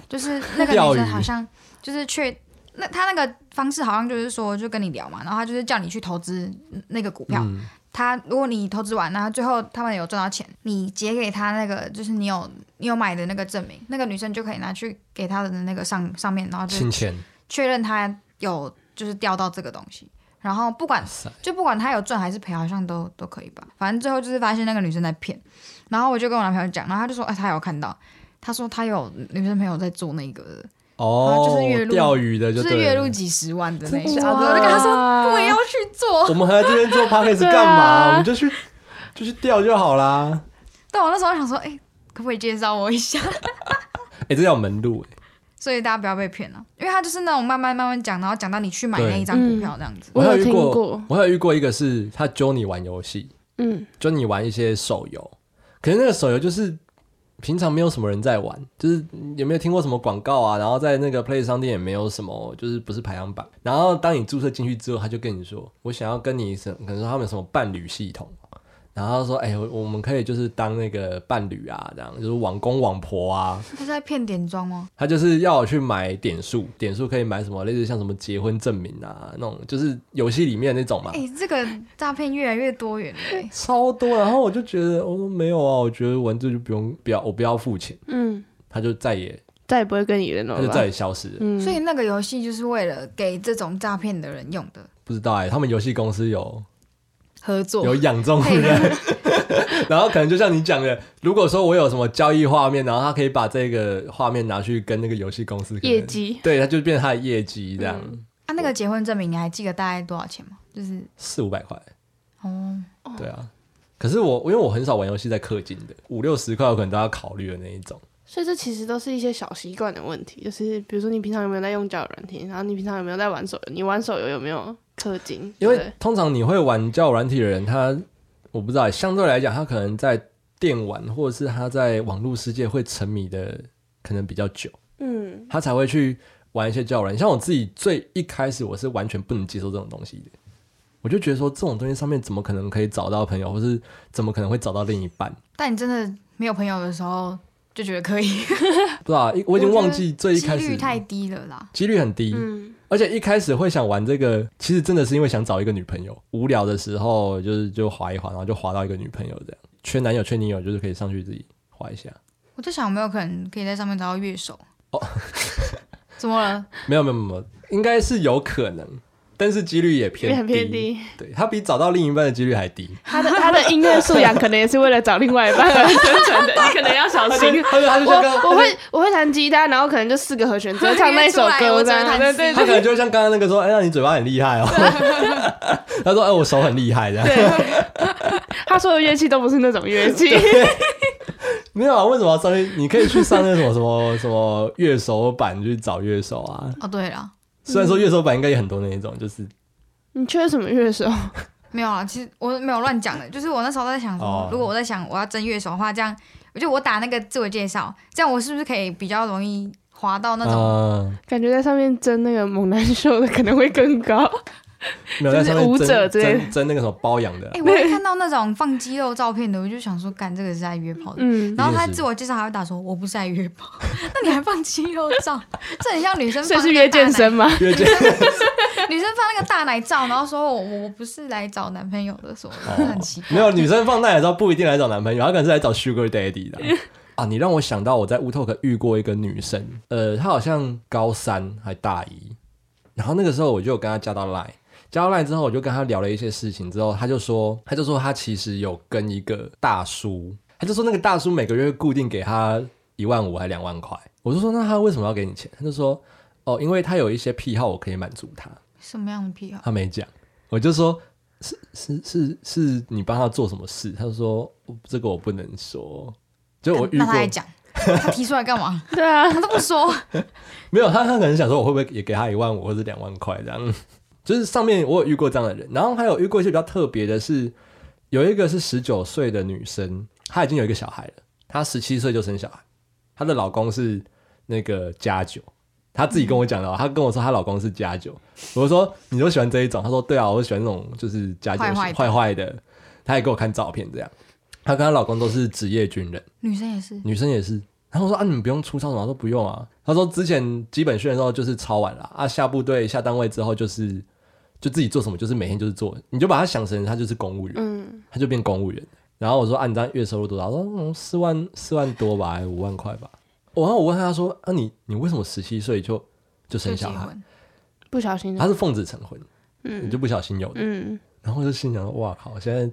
A: 就是那
B: [laughs]
A: 个
B: 钓
A: 女
B: 鱼
A: 生好像就是确那他那个方式好像就是说就跟你聊嘛，然后他就是叫你去投资那个股票，
B: 嗯，
A: 他如果你投资完，然后最后他们有赚到钱，你结给他那个就是你有你有买的那个证明，那个女生就可以拿去给他的那个上上面，然后就
B: 亲钱，
A: 确认他有就是钓到这个东西，然后不管 [laughs]
B: 哇塞，
A: 就不管他有赚还是赔，好像都都可以吧。反正最后就是发现那个女生在骗，然后我就跟我男朋友讲，然后他就说，哎，他有看到，他说他有女生朋友在做那个，
B: 哦，
A: 啊就是月入
B: 钓鱼的就
A: 就
B: 对
A: 是
B: 了
A: 月入几十万的那一种，
C: 哇
A: 我就跟他说，我也要去做。
B: [laughs] 我们还在这边做 podcast
C: 对啊
B: 干
A: [laughs]
B: 嘛？我们就去就去钓就好啦。
A: 但我那时候想说，哎、可不可以介绍我一下？ [laughs]
B: 哎、这叫门路、欸。
A: 所以大家不要被骗了，因为他就是那种慢慢慢慢讲，然后讲到你去买那一张股票这样子。
C: 我
B: 还有
C: 有
B: 遇
C: 听
B: 过，
C: 过
B: 我还有遇过一个是他揪你玩游戏，
C: 嗯，
B: 揪你玩一些手游，可是那个手游就是平常没有什么人在玩，就是有没有听过什么广告啊？然后在那个 Play 商店也没有什么，就是不是排行榜。然后当你注册进去之后，他就跟你说，我想要跟你什，可能说他们有什么伴侣系统。然后他说：“哎、我我们可以就是当那个伴侣啊，这样就是网公网婆啊，
A: 他是在骗点妆吗？
B: 他就是要我去买点数，点数可以买什么，类似像什么结婚证明啊，那种就是游戏里面那种嘛
A: 哎、，这个诈骗越来越多元了、哎
B: 超多。然后我就觉得，我说没有啊，我觉得玩这就不用，不要，我不要付钱。
C: 嗯，
B: 他就再也，
C: 再也不会跟你联络
B: 他就
C: 了吧。
B: 再也消失了。
C: 嗯，
A: 所以那个游戏就是为了给这种诈骗的人用的
B: 不知道哎、他们游戏公司有
C: 哦
A: 合作
B: 有养这种人，然后可能就像你讲的，如果说我有什么交易画面，然后他可以把这个画面拿去跟那个游戏公司可能
C: 业，绩嗯
B: 对，他就变成他的业绩这样，
A: 啊，那个结婚证明你还记得大概多少钱吗？就是
B: 四五百块。
A: 哦，
B: 对啊，可是我因为我很少玩游戏在氪金的，五六十块我可能都要考虑的那一种。
C: 所以这其实都是一些小习惯的问题，就是比如说你平常有没有在用交友软体，然后你平常有没有在玩手游，你玩手游有没有氪金？
B: 因
C: 对不
B: 为
C: 对
B: 通常你会玩交友软体的人，他我不知道，相对来讲，他可能在电玩或者是他在网络世界会沉迷的可能比较久，
C: 嗯，
B: 他才会去玩一些交友软体。像我自己最一开始我是完全不能接受这种东西的。我就觉得说，这种东西上面怎么可能可以找到朋友，或是怎么可能会找到另一半？
A: 但你真的没有朋友的时候就觉得可以，
B: 不知道啊，我
A: 我
B: 已经
A: 觉得
B: 忘记最一
A: 几
B: 开始
A: 率太低了啦。
B: 几率很低，
C: 嗯
B: 而且一开始会想玩这个，其实真的是因为想找一个女朋友，无聊的时候就是就滑一滑，然后就滑到一个女朋友这样。缺男友缺女友，就是可以上去自己滑一下。
A: 我在想有没有可能可以在上面找到乐手？哦， [laughs] 怎么了？
B: 没有没有没有没有，应该是有可能，但是几率也偏
C: 也很偏低。
B: 对，它比找到另一半的几率还低。
C: 他的他的音乐素养可能也是为了找另外一半而生成 [laughs] 的，你可能要小
B: 他就 [laughs]
C: 心。
B: 他就他就像刚
C: 我我会我会弹吉他，然后可能就四个和弦，只会唱那首
A: 约出来
C: 歌
A: 我
C: 这
A: 只会
C: 样。
A: 弹
C: 对
A: C
C: 对
B: 他可能就像刚刚那个说，哎，那你嘴巴很厉害哦。 [laughs] 他说，哎，我手很厉害这样。
C: 对， [laughs] 他说的乐器都不是那种乐器。
B: 没有啊，为什么要上去？你可以去上那个什么什么什么乐手版去找乐手啊。
A: 哦，对了，
B: 虽
C: 嗯
B: 然说乐手版应该也很多那一种，就是
C: [laughs] 你缺什么乐手？
A: 没有啊，其实我没有乱讲的，就是我那时候在想说，
B: 哦
A: 如果我在想我要争乐手的话，这样我就我打那个自我介绍，这样我是不是可以比较容易滑到那种？
B: 嗯
C: 感觉在上面争那个猛男秀的可能会更 [laughs] 高。
B: 没有在上面
C: 就是
B: 争
C: 舞者之类的
B: 争争那个什么包养的啊
A: 哎、，我会看到那种放肌肉照片的，我就想说，干这个是在约炮的。
C: 嗯，
A: 然后他
B: 一定是
A: 自我介绍还会打说我不是在约炮， [laughs] 那你还放肌肉照，这很像女生
C: 所
A: 放
C: 以
A: 那个
C: 是约健身吗？
B: 因为这
A: 大奶，女生放那个大奶照，然后说我我不是来找男朋友的什么
B: 哦
A: 的，很奇怪。
B: 没有女生放贷的时候不一定来找男朋友，她可能是来找 Sugar Daddy 的啊。啊，你让我想到我在乌托克遇过一个女生，呃，她好像高三还大一，然后那个时候我就有跟她加到 Line，加到 Line 之后，我就跟她聊了一些事情，之后她就说，她就说她其实有跟一个大叔，她就说那个大叔每个月固定给她一万五还两万块，我就说那他为什么要给你钱？她就说哦，因为他有一些癖好，我可以满足他。
A: 什么样的癖好？
B: 他没讲，我就说是是是是你帮他做什么事？他就说我这个我不能说，就我遇
A: 那
B: 过
A: 他还讲，他提出来干
B: [laughs]
A: 嘛？
C: 对啊，
A: 他都不说。
B: 没有他他可能想说我会不会也给他一万五或者两万块这样，就是上面我有遇过这样的人，然后还有遇过一些比较特别的是，有一个是十九岁的女生，她已经有一个小孩了，她十七岁就生小孩，她的老公是那个家酒，她自己跟我讲的哦，她跟我说她老公是家酒，我说你都喜欢这一种，她说对啊，我喜欢那种就是家酒
A: 坏坏的
B: 坏坏的，她也给我看照片这样，她跟她老公都是职业军人，
A: 女生也是，
B: 女生也是。然后我说啊，你们不用出操什么？她说不用啊。她说之前基本训练的时候就是操完了啊，下部队下单位之后就是就自己做什么，就是每天就是做，你就把她想成她就是公务员，
C: 嗯，
B: 她就变公务员。然后我说啊，你这样月收入多少？她说嗯，四万四万多吧，还五万块吧。我然后我问她说啊，你你为什么十七岁就就生
A: 就结
B: 小孩？
A: 婚，
C: 不小心
B: 她
C: 的，
B: 是奉子成婚，啊你
C: 嗯
B: 就不小心有的。
C: 嗯，
B: 然后我就心想，哇靠，现在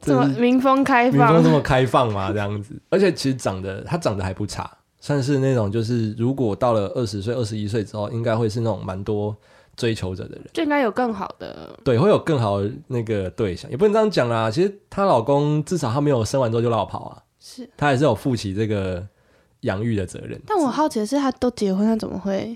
C: 这么
B: 真是
C: 民风开
B: 民风
C: 放
B: 这，么开放吗？这样子，而且其实长得他长得还不差，算是那种就是如果到了二十岁、二十一岁之后，应该会是那种蛮多追求者的人，
C: [laughs] 就应该有更好的，
B: 对，会有更好的那个对象，也不能这样讲啦。其实她老公至少她没有生完之后就落跑啊，
C: 是。
B: 她还是有负起这个养育的责任。
C: 但我好奇的是，他都结婚，他怎么会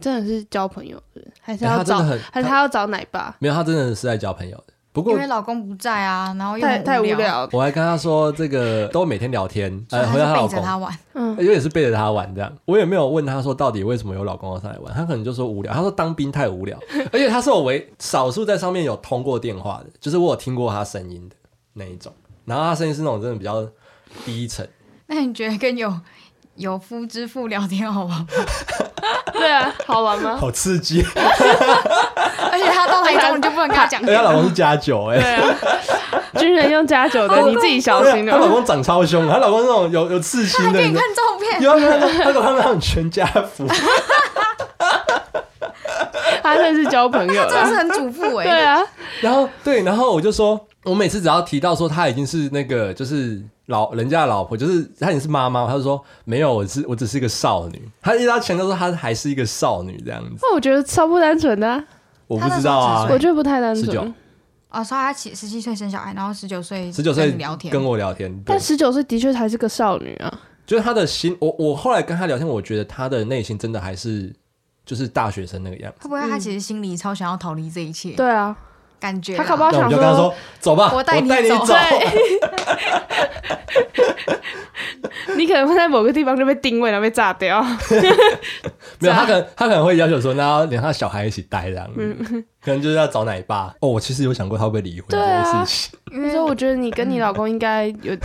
C: 真的是交朋友的？还是
B: 哎
C: 要
B: 她真
C: 找
B: 的，很，
C: 还是
B: 她
C: 他要找奶爸？
B: 没有，她真的是在交朋友的。不过
A: 因为老公不在啊，然后又
C: 太
A: 很
C: 太无
A: 聊，
C: 聊了，
B: 我还跟她说，这个都每天聊天，
A: 所以
B: 呃，回到她
A: 他
B: 老
A: 是背着
B: 公，
A: 他玩， [laughs]
B: [laughs]
C: 嗯，
B: 有点是背着他玩这样。我也没有问他说到底为什么有老公要上来玩，他可能就说无聊，他说当兵太无聊，而且他是我唯少数在上面有通过电话的，就是我有听过他声音的那一种。然后他声音是那种真的比较低沉，
A: 那你觉得跟有有夫之妇聊天好 [laughs] 玩吗？
C: 对啊，好玩吗？
B: 好刺激。
A: 而且他到台中你就不能跟他讲
B: 而且
A: 天
B: 哎她老公是加九哎、
C: 对啊，军人用加酒的，你自己小心
B: 她老
C: 哦。
B: 公长超凶，她老公那种有有刺青的，
A: 给
B: 你
A: 你
B: 知道
A: 看照片，
B: 有看到她给我看到那种全家福，
C: 他真的是交朋友
A: 真的是
C: 啦。
A: 很主妇
B: [laughs]
A: 哎、
C: 对啊，
B: 然后对，然后我就说，我每次只要提到说她已经是那个就是老人家的老婆，就是她已经是妈妈，她就说没有，我是我只是一个少女。她一直要强调说她还是一个少女这样子，
C: 哦那我觉得超不单纯的啊，
B: 我不知道啊
A: 她那时候几。
C: 我觉得不太单
B: 19
C: 纯。
A: 哦，所以他七十七岁生小孩，然后十九岁
B: 十九
A: 跟
B: 岁
A: 你聊天，
B: 跟我聊天，对
C: 但，十九岁的确还是个少女啊。
B: 就是她的心，我我后来跟她聊天，我觉得她的内心真的还是就是大学生那个样子。
A: 会不会他其实心里超想要逃离这一切？
C: 对啊，
A: 感觉啦
C: 他搞不好
B: 那我们
C: 想
B: 就跟她
C: 说，
B: 说，走吧，
A: 我
B: 我
A: 带你
B: 你
A: 走
B: 走。
A: [laughs]
C: 你可能会在某个地方就被定位，然后被炸掉。
B: 没有，她可能她可能会要求说，那要连她小孩一起带这样
A: 嗯
B: 子，可能就是要找奶爸。哦，我其实有想过她会不会离婚这
C: 对啊
B: 件事情。
A: 因
C: 所以我
A: 为
C: 觉得你跟你老公应该有有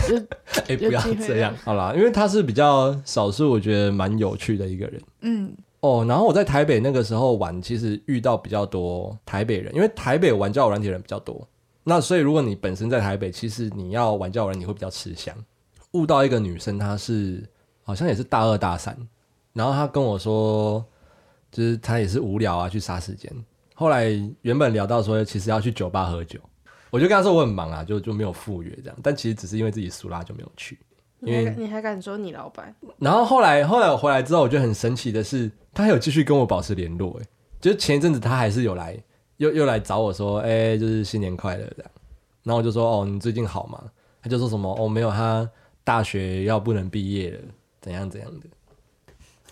B: 哎、
C: 有
B: 不要
C: 机会
B: 这
C: 的
B: 样，好啦，因为他是比较少数，我觉得蛮有趣的一个人
A: 嗯，
B: 哦。然后我在台北那个时候玩，其实遇到比较多台北人，因为台北玩交友软体的人比较多。那所以如果你本身在台北，其实你要玩交友软体会比较吃香。遇到一个女生，她是好像也是大二大三，然后她跟我说，就是她也是无聊啊，去杀时间。后来原本聊到说，其实要去酒吧喝酒，我就跟她说我很忙啊，就就没有赴约这样。但其实只是因为自己熟啦，就没有去。因为
C: 你还你还敢说你老板？
B: 然后后来后来我回来之后，我觉得很神奇的是，他还有继续跟我保持联络，哎，就是前一阵子他还是有来，又又来找我说，哎、就是新年快乐这样。然后我就说，哦，你最近好吗？他就说什么，哦，没有，他大学要不能毕业了，怎样怎样的。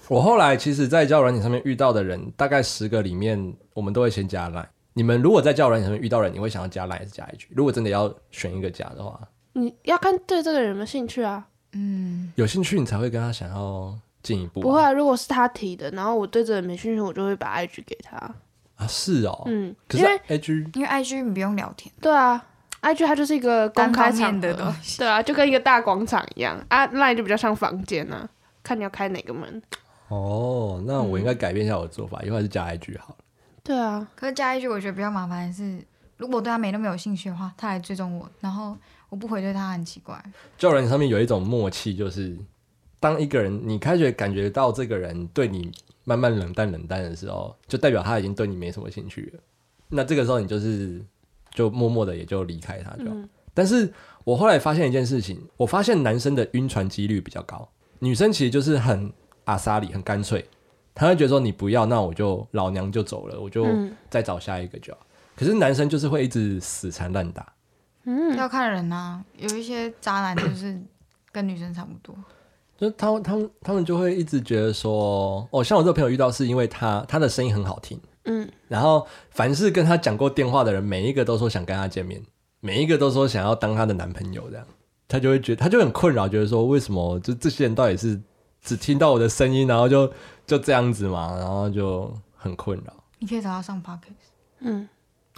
B: 我后来其实，在交友软件上面遇到的人，大概十个里面，我们都会先加 line。你们如果在交友软件上面遇到人，你会想要加 line 还是加 IG？如果真的要选一个加的话，
C: 你要看对这个人有没有兴趣啊？
A: 嗯
B: 有兴趣你才会跟他想要进一步啊、
C: 不会、啊，如果是他提的，然后我对这个人没兴趣，我就会把 IG 给他。
B: 啊，是哦，
C: 嗯，
B: 可
C: 因
B: 是
C: 为
B: IG
A: 因为 IG 你不用聊天，
C: 对啊，IG 它就是一个公开
A: 单方
C: 场
A: 面
C: 合
A: 的东 [laughs] 西
C: 对啊，就跟一个大广场一样啊。Line 就比较像房间啊，看你要开哪个门。
B: 哦，那我应该改变一下我的做法，以后还是加 IG 好了。
C: 对啊，
A: 可是加 IG 我觉得比较麻烦的是，如果我对他没那么有兴趣的话，他来追踪我，然后我不回对他很奇怪。
B: 交友软件上面有一种默契，就是当一个人你开始感觉到这个人对你慢慢冷淡冷淡的时候，就代表他已经对你没什么兴趣了。那这个时候你就是就默默的也就离开他就好。但是我后来发现一件事情，我发现男生的晕船几率比较高，女生其实就是很阿莎里很干脆，她会觉得说你不要，那我就老娘就走了，我就
C: 嗯
B: 再找下一个就好。可是男生就是会一直死缠烂打，
A: 要看人呐、有一些渣男就是跟女生差不多，
B: 就是他们他们他们就会一直觉得说，哦，像我这个朋友遇到是因为他他的声音很好听，
C: 嗯，
B: 然后凡是跟他讲过电话的人，每一个都说想跟他见面，每一个都说想要当他的男朋友这样。他就会觉得他就很困扰，觉得说为什么就这些人到底是只听到我的声音，然后就就这样子嘛，然后就很困扰。
A: 你可以找他上 p o c k e t
C: 嗯，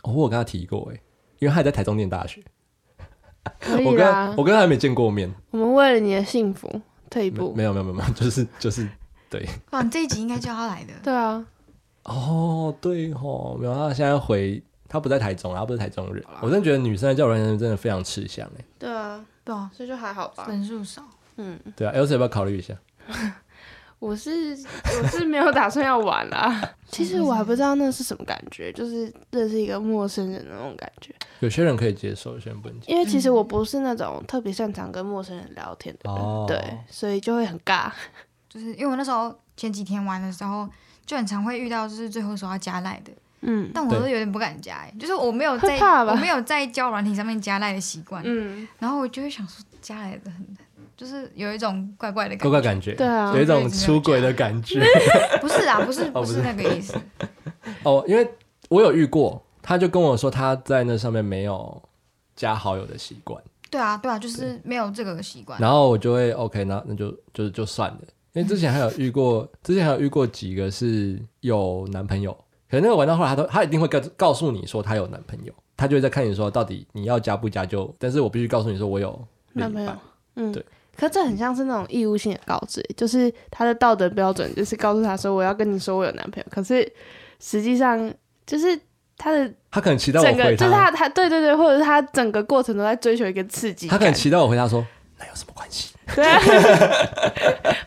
B: 哦，我有跟他提过哎，因为他也在台中念大学，
C: 可
B: 我
C: 以
B: 跟
C: 啦
B: 他。我跟他还没见过面，
C: 我们为了你的幸福退一
B: 没有
C: 步
B: 没。有没有没有，就是就是对
A: 哇，你这一集应该叫他来的。
C: 对啊，
B: 哦对哦，没有他现在回他不在台中啊，他不是台中人，我真的觉得女生在叫软件真的非常吃香哎，
C: 对啊，
A: 对啊，
C: 所以就还好吧。
A: 人数少，
C: 嗯，
B: 对啊，L C 要不要考虑一下？
C: 我是我是没有打算要玩啦。 [laughs] 其实我还不知道那是什么感觉，就是认识一个陌生人的那种感觉。
B: 有些人可以接受，有些人不能接
C: 因为其实我不是那种特别擅长跟陌生人聊天的人，
B: 哦
C: 对，所以就会很尬。
A: 就是因为我那时候前几天玩的时候，就很常会遇到，就是最后说要加赖的，
C: 嗯 [laughs]
A: 但我
B: 对
A: 都有点不敢加、欸，就是我没有在
C: 会怕吧
A: 我没有在交友软体上面加赖的习惯，
C: 嗯，
A: 然后我就会想说加赖的很，就是有一种怪怪的感觉，
B: 怪怪感觉，
C: 对啊
B: 有一种出轨的感觉。
A: 不是啊，不是
B: 哦
A: 不是
B: 不是
A: 那个意思，
B: 哦，因为我有遇过，他就跟我说他在那上面没有加好友的习惯，
A: 对啊对啊，就是没有这个习惯，
B: 然后我就会 OK，那那就就就算了。因为之前还有遇
C: [laughs]
B: 过，之前还有遇过几个是有男朋友，可能那个玩到后来，他都他一定会告告诉你说他有男朋友，他就会在看你说到底你要加不加就，但是我必须告诉你说我有另
C: 男
B: 一
C: 朋友
B: 半，
C: 嗯，
B: 对。
C: 可这很像是那种义务性的告知，就是他的道德标准就是告诉他说我要跟你说我有男朋友，可是实际上就是他的
B: 他可能期待我
C: 整个
B: 回
C: 就是
B: 他
C: 他他对对对，或者是他整个过程都在追求一个刺激
B: 他
C: 感，
B: 可能期待我回他说那有什么关系？
C: 对啊， [laughs]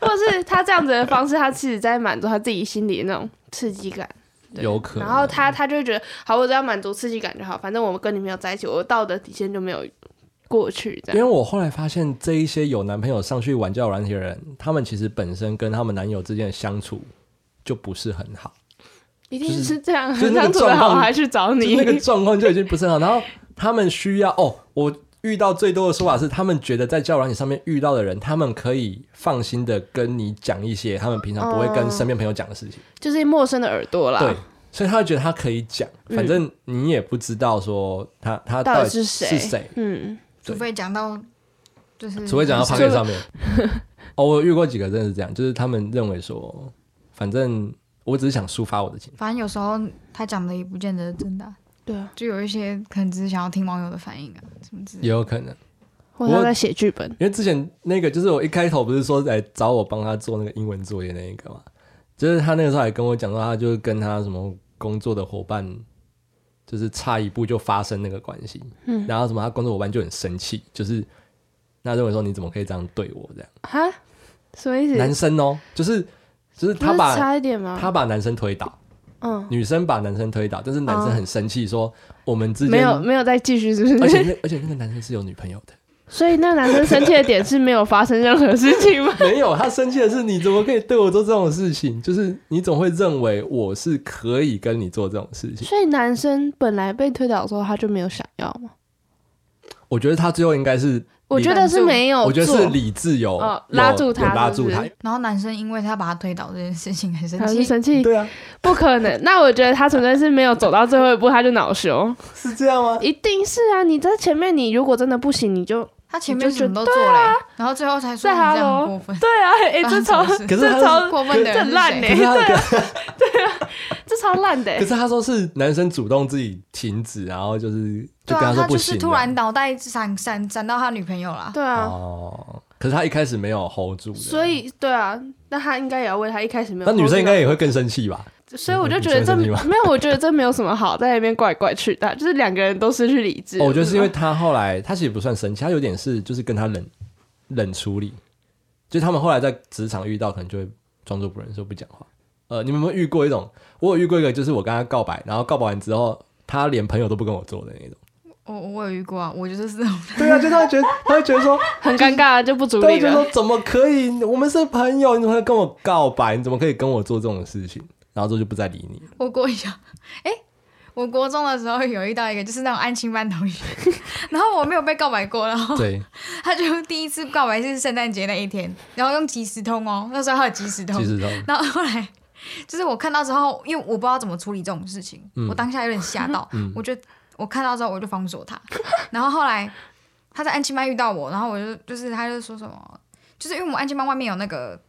C: 或者是他这样子的方式，他其实在满足他自己心里的那种刺激感。对
B: 有可能。
C: 然后他他就会觉得，好，我只要满足刺激感就好，反正我们跟女朋友在一起，我的道德底线就没有过去这
B: 因为
C: 样。
B: 我后来发现，这一些有男朋友上去玩交友软体的人，他们其实本身跟他们男友之间的相处就不是很好，
C: 一定是这样，
B: 就是那个
C: 相处的
B: 状
C: 好
B: 况
C: 还去找
B: 就
C: 你
B: 那。个状况就已经不是很好。然后他们需要哦，我遇到最多的说法是，他们觉得在交友软体上面遇到的人，他们可以放心的跟你讲一些他们平常不会跟身边朋友讲的事情，
C: 就是陌生的耳朵啦。
B: 对，所以他会觉得他可以讲，反正你也不知道说他他
C: 嗯到底
B: 底
C: 是谁？
B: 是谁，
C: 嗯，
A: 除非讲到就是
B: 除非讲到 p o
C: 这
B: c
C: 个
B: 上面。
C: 嗯
B: 哦，我有遇过几个真的是这样，就是他们认为说，反正我只是想抒发我的情绪。
A: 反正有时候他讲的也不见得是真的啊、
C: 对啊，
A: 就有一些可能只是想要听网友的反应啊，什么之类的。
B: 也有可能，
C: 或
B: 我
C: 者他在写剧本。
B: 因为之前那个就是我一开头不是说来找我帮他做那个英文作业那一个嘛，就是他那个时候还跟我讲说，他就是跟他什么工作的伙伴，就是差一步就发生那个关系，嗯，然后什么他工作伙伴就很生气，就是那认为说你怎么可以这样对我这样，
C: 哈？什么意思？
B: 男生哦，就是就是
C: 不
B: 他
C: 是
B: 把
C: 差一点吗？
B: 他把男生推倒。
C: 嗯，
B: 女生把男生推倒，但是男生很生气，说我们之间
C: 哦没有，没有再继续，是不
B: 而且
C: [laughs] 是？
B: 那而且那个男生是有女朋友的，
C: 所以那男生生气的点是没有发生任何事情
B: [laughs]
C: 吗？
B: 没有，他生气的是你怎么可以对我做这种事情？就是你总会认为我是可以跟你做这种事情。
C: 所以男生本来被推倒之后，他就没有想要吗？
B: 我觉得他最后应该是理，
C: 我觉得是没有做，
B: 我觉得是理智有、
C: 哦
B: 有
C: 拉住他
B: 有拉
C: 是
B: 住
C: 不是
B: 他，
A: 然后男生因为他把他推倒这件事情很生
C: 还是
A: 气，
C: 生气，
B: 对啊，
C: 不可能。那我觉得他纯粹是没有走到最后一步，他就恼羞，
B: 是这样
C: [laughs]
B: 吗？
C: 一定是啊！你在前面，你如果真的不行，你就
A: 他前面什么都做了欸、然后最后才说
C: 啊在
A: 你这样
C: hello
A: 很过分。
C: 对啊，哎、
A: [laughs]
C: 这超
A: 发生什么
B: 可
A: 事
B: 是他
C: 这
B: 是
C: 超
A: 过分的
C: 这
A: 人
C: 很烂欸呢、
B: 可是他、
C: [laughs] 这超烂的、欸
B: 可是他说是男生主动自己停止，然后就是就
A: 对
B: 跟
A: 啊，
B: 说
A: 他
B: 不
A: 就
B: 行
A: 是
B: 了，
A: 突然脑袋闪闪闪到他女朋友啦。
C: 对啊，
B: 哦，可是他一开始没有 hold 住的，
C: 所以对啊，那他应该也要为他一开始没有。啊
B: 那女生应该，也会更生气吧？
C: 所以我就觉得这
B: 女生
C: 没
B: 生气
C: 有，我觉得这没有什么好在那边怪怪去的，就是两个人都失去理智。
B: 哦我觉得
A: 嗯
B: 是因为
C: 吗
B: 他后来，他其实不算生气，他有点是就是跟他冷冷处理，就是他们后来在职场遇到，可能就会装作不认识不讲话。呃，你们有没有遇过一种？我有遇过一个，就是我跟他告白，然后告白完之后，他连朋友都不跟我做的那种。
A: 我我有遇过啊，我就是这种
B: 对啊，就他会觉得，他会觉得
A: [laughs]
B: 说，
C: 很尴尬，就不处
B: 他会
C: 理
B: 觉得
C: 了。
B: 说，怎么可以？我们是朋友，你怎么会跟我告白？你怎么可以跟我做这种事情？然后之后就不再理你。
A: 我国小， [laughs] 哎、我国中的时候有遇到一个就是那种安亲班同学， [laughs] 然后我没有被告白过，然后
B: 对，
A: 他就第一次告白是圣诞节那一天，然后用即时通哦，那时候还有即时通
B: 其，实他
A: 然后后来就是我看到之后，因为我不知道怎么处理这种事情，
B: 嗯
A: 我当下有点吓到，我就我看到之后我就封锁他，然后后来他在安亲班遇到我，然后我就就是他就说什么，就是因为我们安亲班外面有那个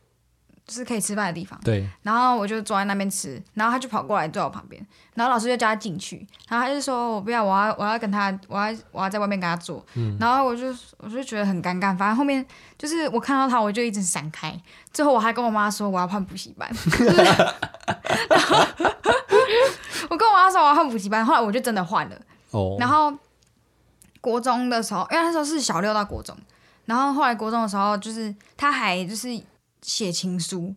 A: 就是可以吃饭的地方，
B: 对，
A: 然后我就坐在那边吃，然后他就跑过来坐我旁边，然后老师就叫他进去，然后他就说我不要，我要我要跟他，我要我要在外面跟他坐，然后我就我就觉得很尴尬，反正后面就是我看到他我就一直闪开，最后我还跟我妈说我要换补习班，就是然后 [laughs] 我跟我妈说我要换补习班，后来我就真的换了，
B: 哦，
A: 然后国中的时候，因为那时候是小六到国中，然后后来国中的时候，就是他还就是写情书，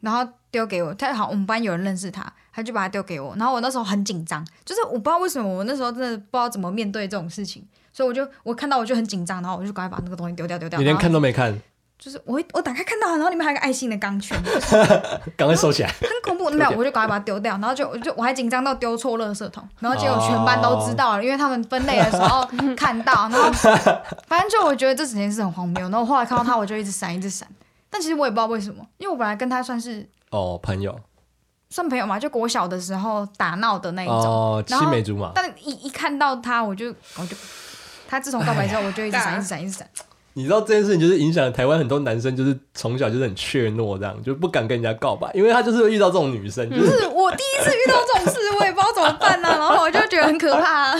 A: 然后丢给我。他好，我们班有人认识他，他就把他丢给我。然后我那时候很紧张，就是我不知道为什么，我那时候真的不知道怎么面对这种事情，所以我就我看到我就很紧张，然后我就赶快把那个东西丢掉丢掉。
B: 你连
A: 然后
B: 看都没看，
A: 就是我会我打开看到，然后里面还有个爱心的钢圈，
B: 赶快收起来。
A: 很恐怖，没有，我就赶快把它丢掉，然后就我就我还紧张到丢错垃圾桶，然后结果全班都知道了，因为他们分类的时候看到，然后反正就我觉得这整件事很荒谬，然后我后来看到他我就一直闪一直闪，但其实我也不知道为什么，因为我本来跟他算是
B: 哦，朋友，
A: 算朋友嘛，就国小的时候打闹的那一种，
B: 哦，
A: 然后
B: 青梅竹马，
A: 但一一看到他我就我就他自从告白之后我就一直闪一直闪一直闪，
B: 你知道这件事情就是影响台湾很多男生，就是从小就是很怯懦，这样就不敢跟人家告白，因为他就是会遇到这种女
C: 嗯
B: 生，就。
A: 就是是我第一次遇到这种事，我也不知道怎么办呢、然后我就觉得很可怕、啊。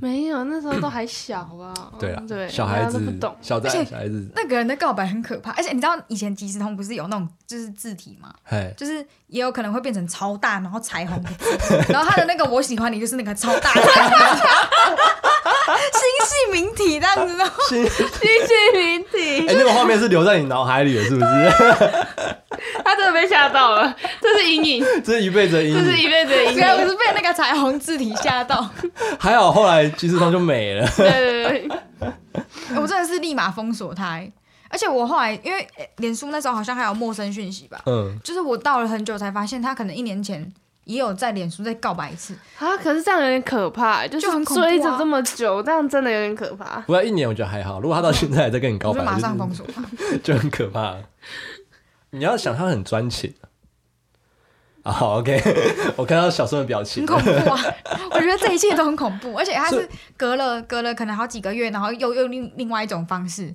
C: 没有，那时候都还小吧
B: 对啊，
C: 嗯对，
B: 小孩
C: 大家
B: 子
C: 都不懂，。
B: 小
A: 而
C: [laughs]
A: 且
B: 孩小孩子，
A: 那个人的告白很可怕，而且你知道以前即时通不是有那种就是字体吗？
B: 哎，
A: 就是也有可能会变成超大，然后彩虹的字， [laughs] 然后他的那个我喜欢你就是那个超大，星 [laughs] 系名体这样子的，
B: 心
C: 星星云
B: [laughs]
C: 体，
B: 哎，那个画面是留在你脑海里的，是不
C: [laughs]
B: 是？
C: 他真的被吓到了，这是阴影，
B: 这是一辈子的阴
C: 这是
B: 影。
C: 一辈子的阴
B: [laughs]
A: 原来我
C: 影。
A: 是被那个彩虹字体吓到，
B: 还好后来其实他就没
C: [laughs]
B: 了。
C: 对对对对，
A: [laughs] 我真的是立马封锁他、欸而且我后来因为欸脸书那时候好像还有陌生讯息吧，
B: 嗯，
A: 就是我到了很久才发现他可能一年前也有在脸书再告白一次，
C: 啊，可是这样有点可怕，就
A: 就很
C: 是
A: 恐怖啊
C: 追着这么久，这样真的有点可怕。
B: 不要一年我觉得还好，如果他到现在还在跟你告
A: 我
C: [laughs]
B: 白，
A: 就马上
B: 就
A: 封
B: 是
A: 锁。
B: 就很可怕。你要想他很专情啊。好，OK，我看到小宋的表情
A: 很，恐怖啊！ [laughs] 我觉得这一切都很恐怖，而且他是隔了隔了可能好几个月，然后又又另另外一种方式，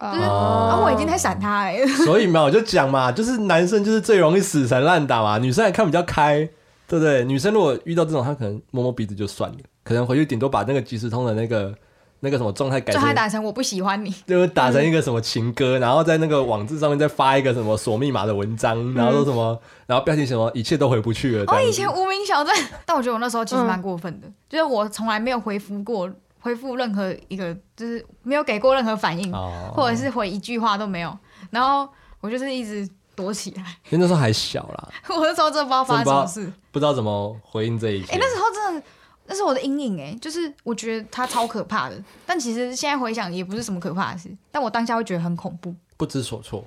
A: 就是、
B: 哦
A: 然后我已经在闪他哎、
B: 所以嘛，我就讲嘛，就是男生就是最容易死缠烂打嘛，女生还看比较开，对不对？女生如果遇到这种，她可能摸摸鼻子就算了，可能回去顶多把那个即时通的那个那个什么状态改
A: 就
B: 成
A: 他打成我不喜欢你，
B: 就是打成一个什么情歌，然后在那个网志上面再发一个什么锁密码的文章，然后说什么，然后标题什么一切都回不去了。这
A: 哦，
B: 样子
A: 以前无名小站， [laughs] 但我觉得我那时候其实蛮过分的，就是我从来没有回复过回复任何一个，就是没有给过任何反应，
B: 哦，
A: 或者是回一句话都没有，然后我就是一直躲起来， [laughs]
B: 因为那时候还小啦，
A: 我那时候真的不知道发生什么事。
B: 不知道怎么回应这一切。
A: 哎、那时候真的，那是我的阴影哎、就是我觉得它超可怕的，但其实现在回想也不是什么可怕的事，但我当下会觉得很恐怖。
B: 不知所措。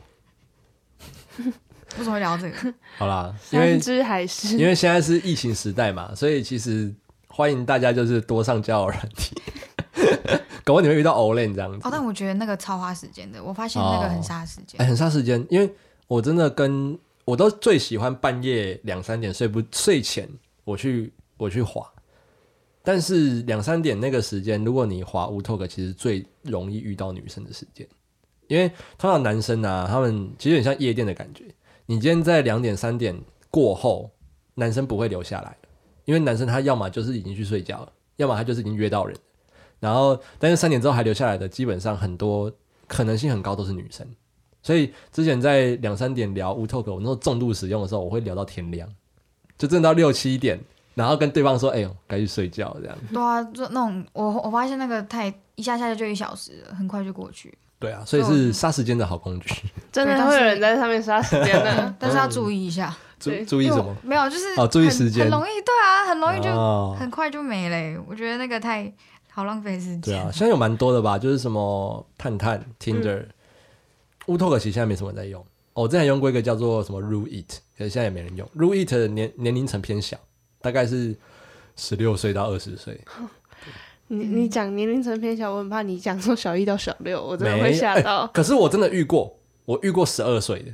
A: 为什么会聊到这个？ [laughs]
B: 好啦，因为
C: 三只海狮，
B: 因为现在是疫情时代嘛，所以其实欢迎大家就是多上交友软体， [laughs] 搞不好你会遇到 Olay 这样子
A: 哦，，但我觉得那个超花时间的，我发现那个很杀时间。
B: 哎、很杀时间。因为我真的跟我都最喜欢半夜两三点睡不睡前我去我去滑，但是两三点那个时间，如果你滑无 talk，其实最容易遇到女生的时间，因为通常男生啊，他们其实很像夜店的感觉。你今天在两点三点过后，男生不会留下来的，因为男生他要么就是已经去睡觉了，要么他就是已经约到人了。然后，但是三点之后还留下来的，基本上很多可能性很高都是女生。所以之前在两三点聊无 talk，我那时候重度使用的时候，我会聊到天亮，就真的到六七点，然后跟对方说：“哎呦，该去睡觉。”这样。
A: 对啊，就那种我我发现那个太一下下就一小时了，很快就过去。。
B: 对啊，所以是杀时间的好工 [laughs] 具。
C: 真的会有人在上面杀时间的
A: 但是要注意一下，
B: 注
C: 对
B: 注意什
A: 因为
B: 么？
A: 我没有，就是
B: 哦注意
A: 很
B: 时间
A: 很容易，对啊，很容易就、
B: 哦
A: 很快就没了欸。我觉得那个太好浪费时
B: 对
A: 间。
B: 啊，现在有蛮多的吧，就是什么探探、Tinder、乌 Talk，其实现在没什么人在用。哦，我之前用过一个叫做什么 Rue It，可是现在也没人用。Rue It 的年年龄层偏小，大概是十六岁到二十岁。
C: 你
B: 嗯
C: 你讲年龄层偏小，我很怕你讲从小一到小六，我真的
B: 没
C: 会吓
B: 哎
C: 到。
B: 可是我真的遇过，我遇过十二岁的，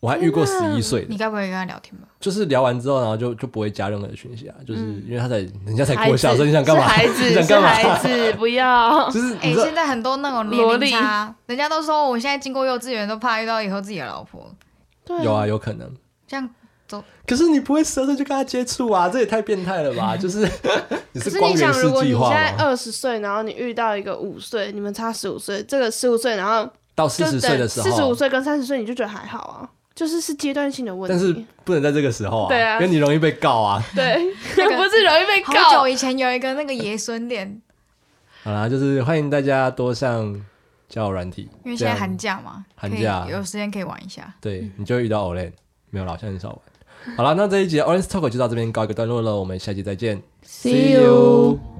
B: 我还遇过
C: 天
B: 十
C: 哪
B: 一岁的
A: 你，该不会跟他聊天吧？
B: 就是聊完之后，然后就就不会加任何讯息啊，就是因为他在人家才
C: 嗯孩
B: 哎国
C: 子
B: 小，所以你想干嘛？
C: 是孩子，
B: 你想
C: 是
B: 干嘛？
C: 孩子，不要。
B: [laughs] 就是
A: 哎、
B: 你知道
A: 现在很多那种
C: 萝
A: 年
C: 莉
A: 龄差，人家都说我现在经过幼稚园都怕遇到以后自己的老婆，
C: 对
B: 有啊，，有可能。
A: 这样。
B: 可是你不会十二岁就跟他接触啊，这也太变态了
C: [laughs]
B: 吧！就是 [laughs] 你
C: 可
B: 是
C: 是
B: 光
C: 你
B: 源
C: 想，
B: 式
C: 如果
B: 计
C: 你现
B: 划
C: 在
B: 吗？
C: 二十岁，然后你遇到一个五岁，你们差十五岁，这个十五岁，然后
B: 到四
C: 就
B: 十
C: 等
B: 岁的时候，啊
C: 四十五岁跟三十岁，你就觉得还好啊，就是是阶段性的问
B: 但是
C: 题。
B: 不能在这个时候啊，
C: 对啊
B: 因为你容易被告啊。 [laughs]
C: 对，
A: 那个
C: [laughs] 不是容易被
A: 好
C: 告
A: 久。以前有一个那个爷孙恋，
B: 好啦，就是欢迎大家多上交友软体，
A: 因为现在
B: 这样
A: 寒假
C: [laughs]
A: 嘛，
B: 寒
C: 啊
B: 假
A: 可以有时间可以玩一下。
C: 嗯
B: 对你就会遇到 Olen，没有啦，好像很少玩。好了，那这一节 Orange Talk 就到这边告一个段落了，我们下期再见
C: See you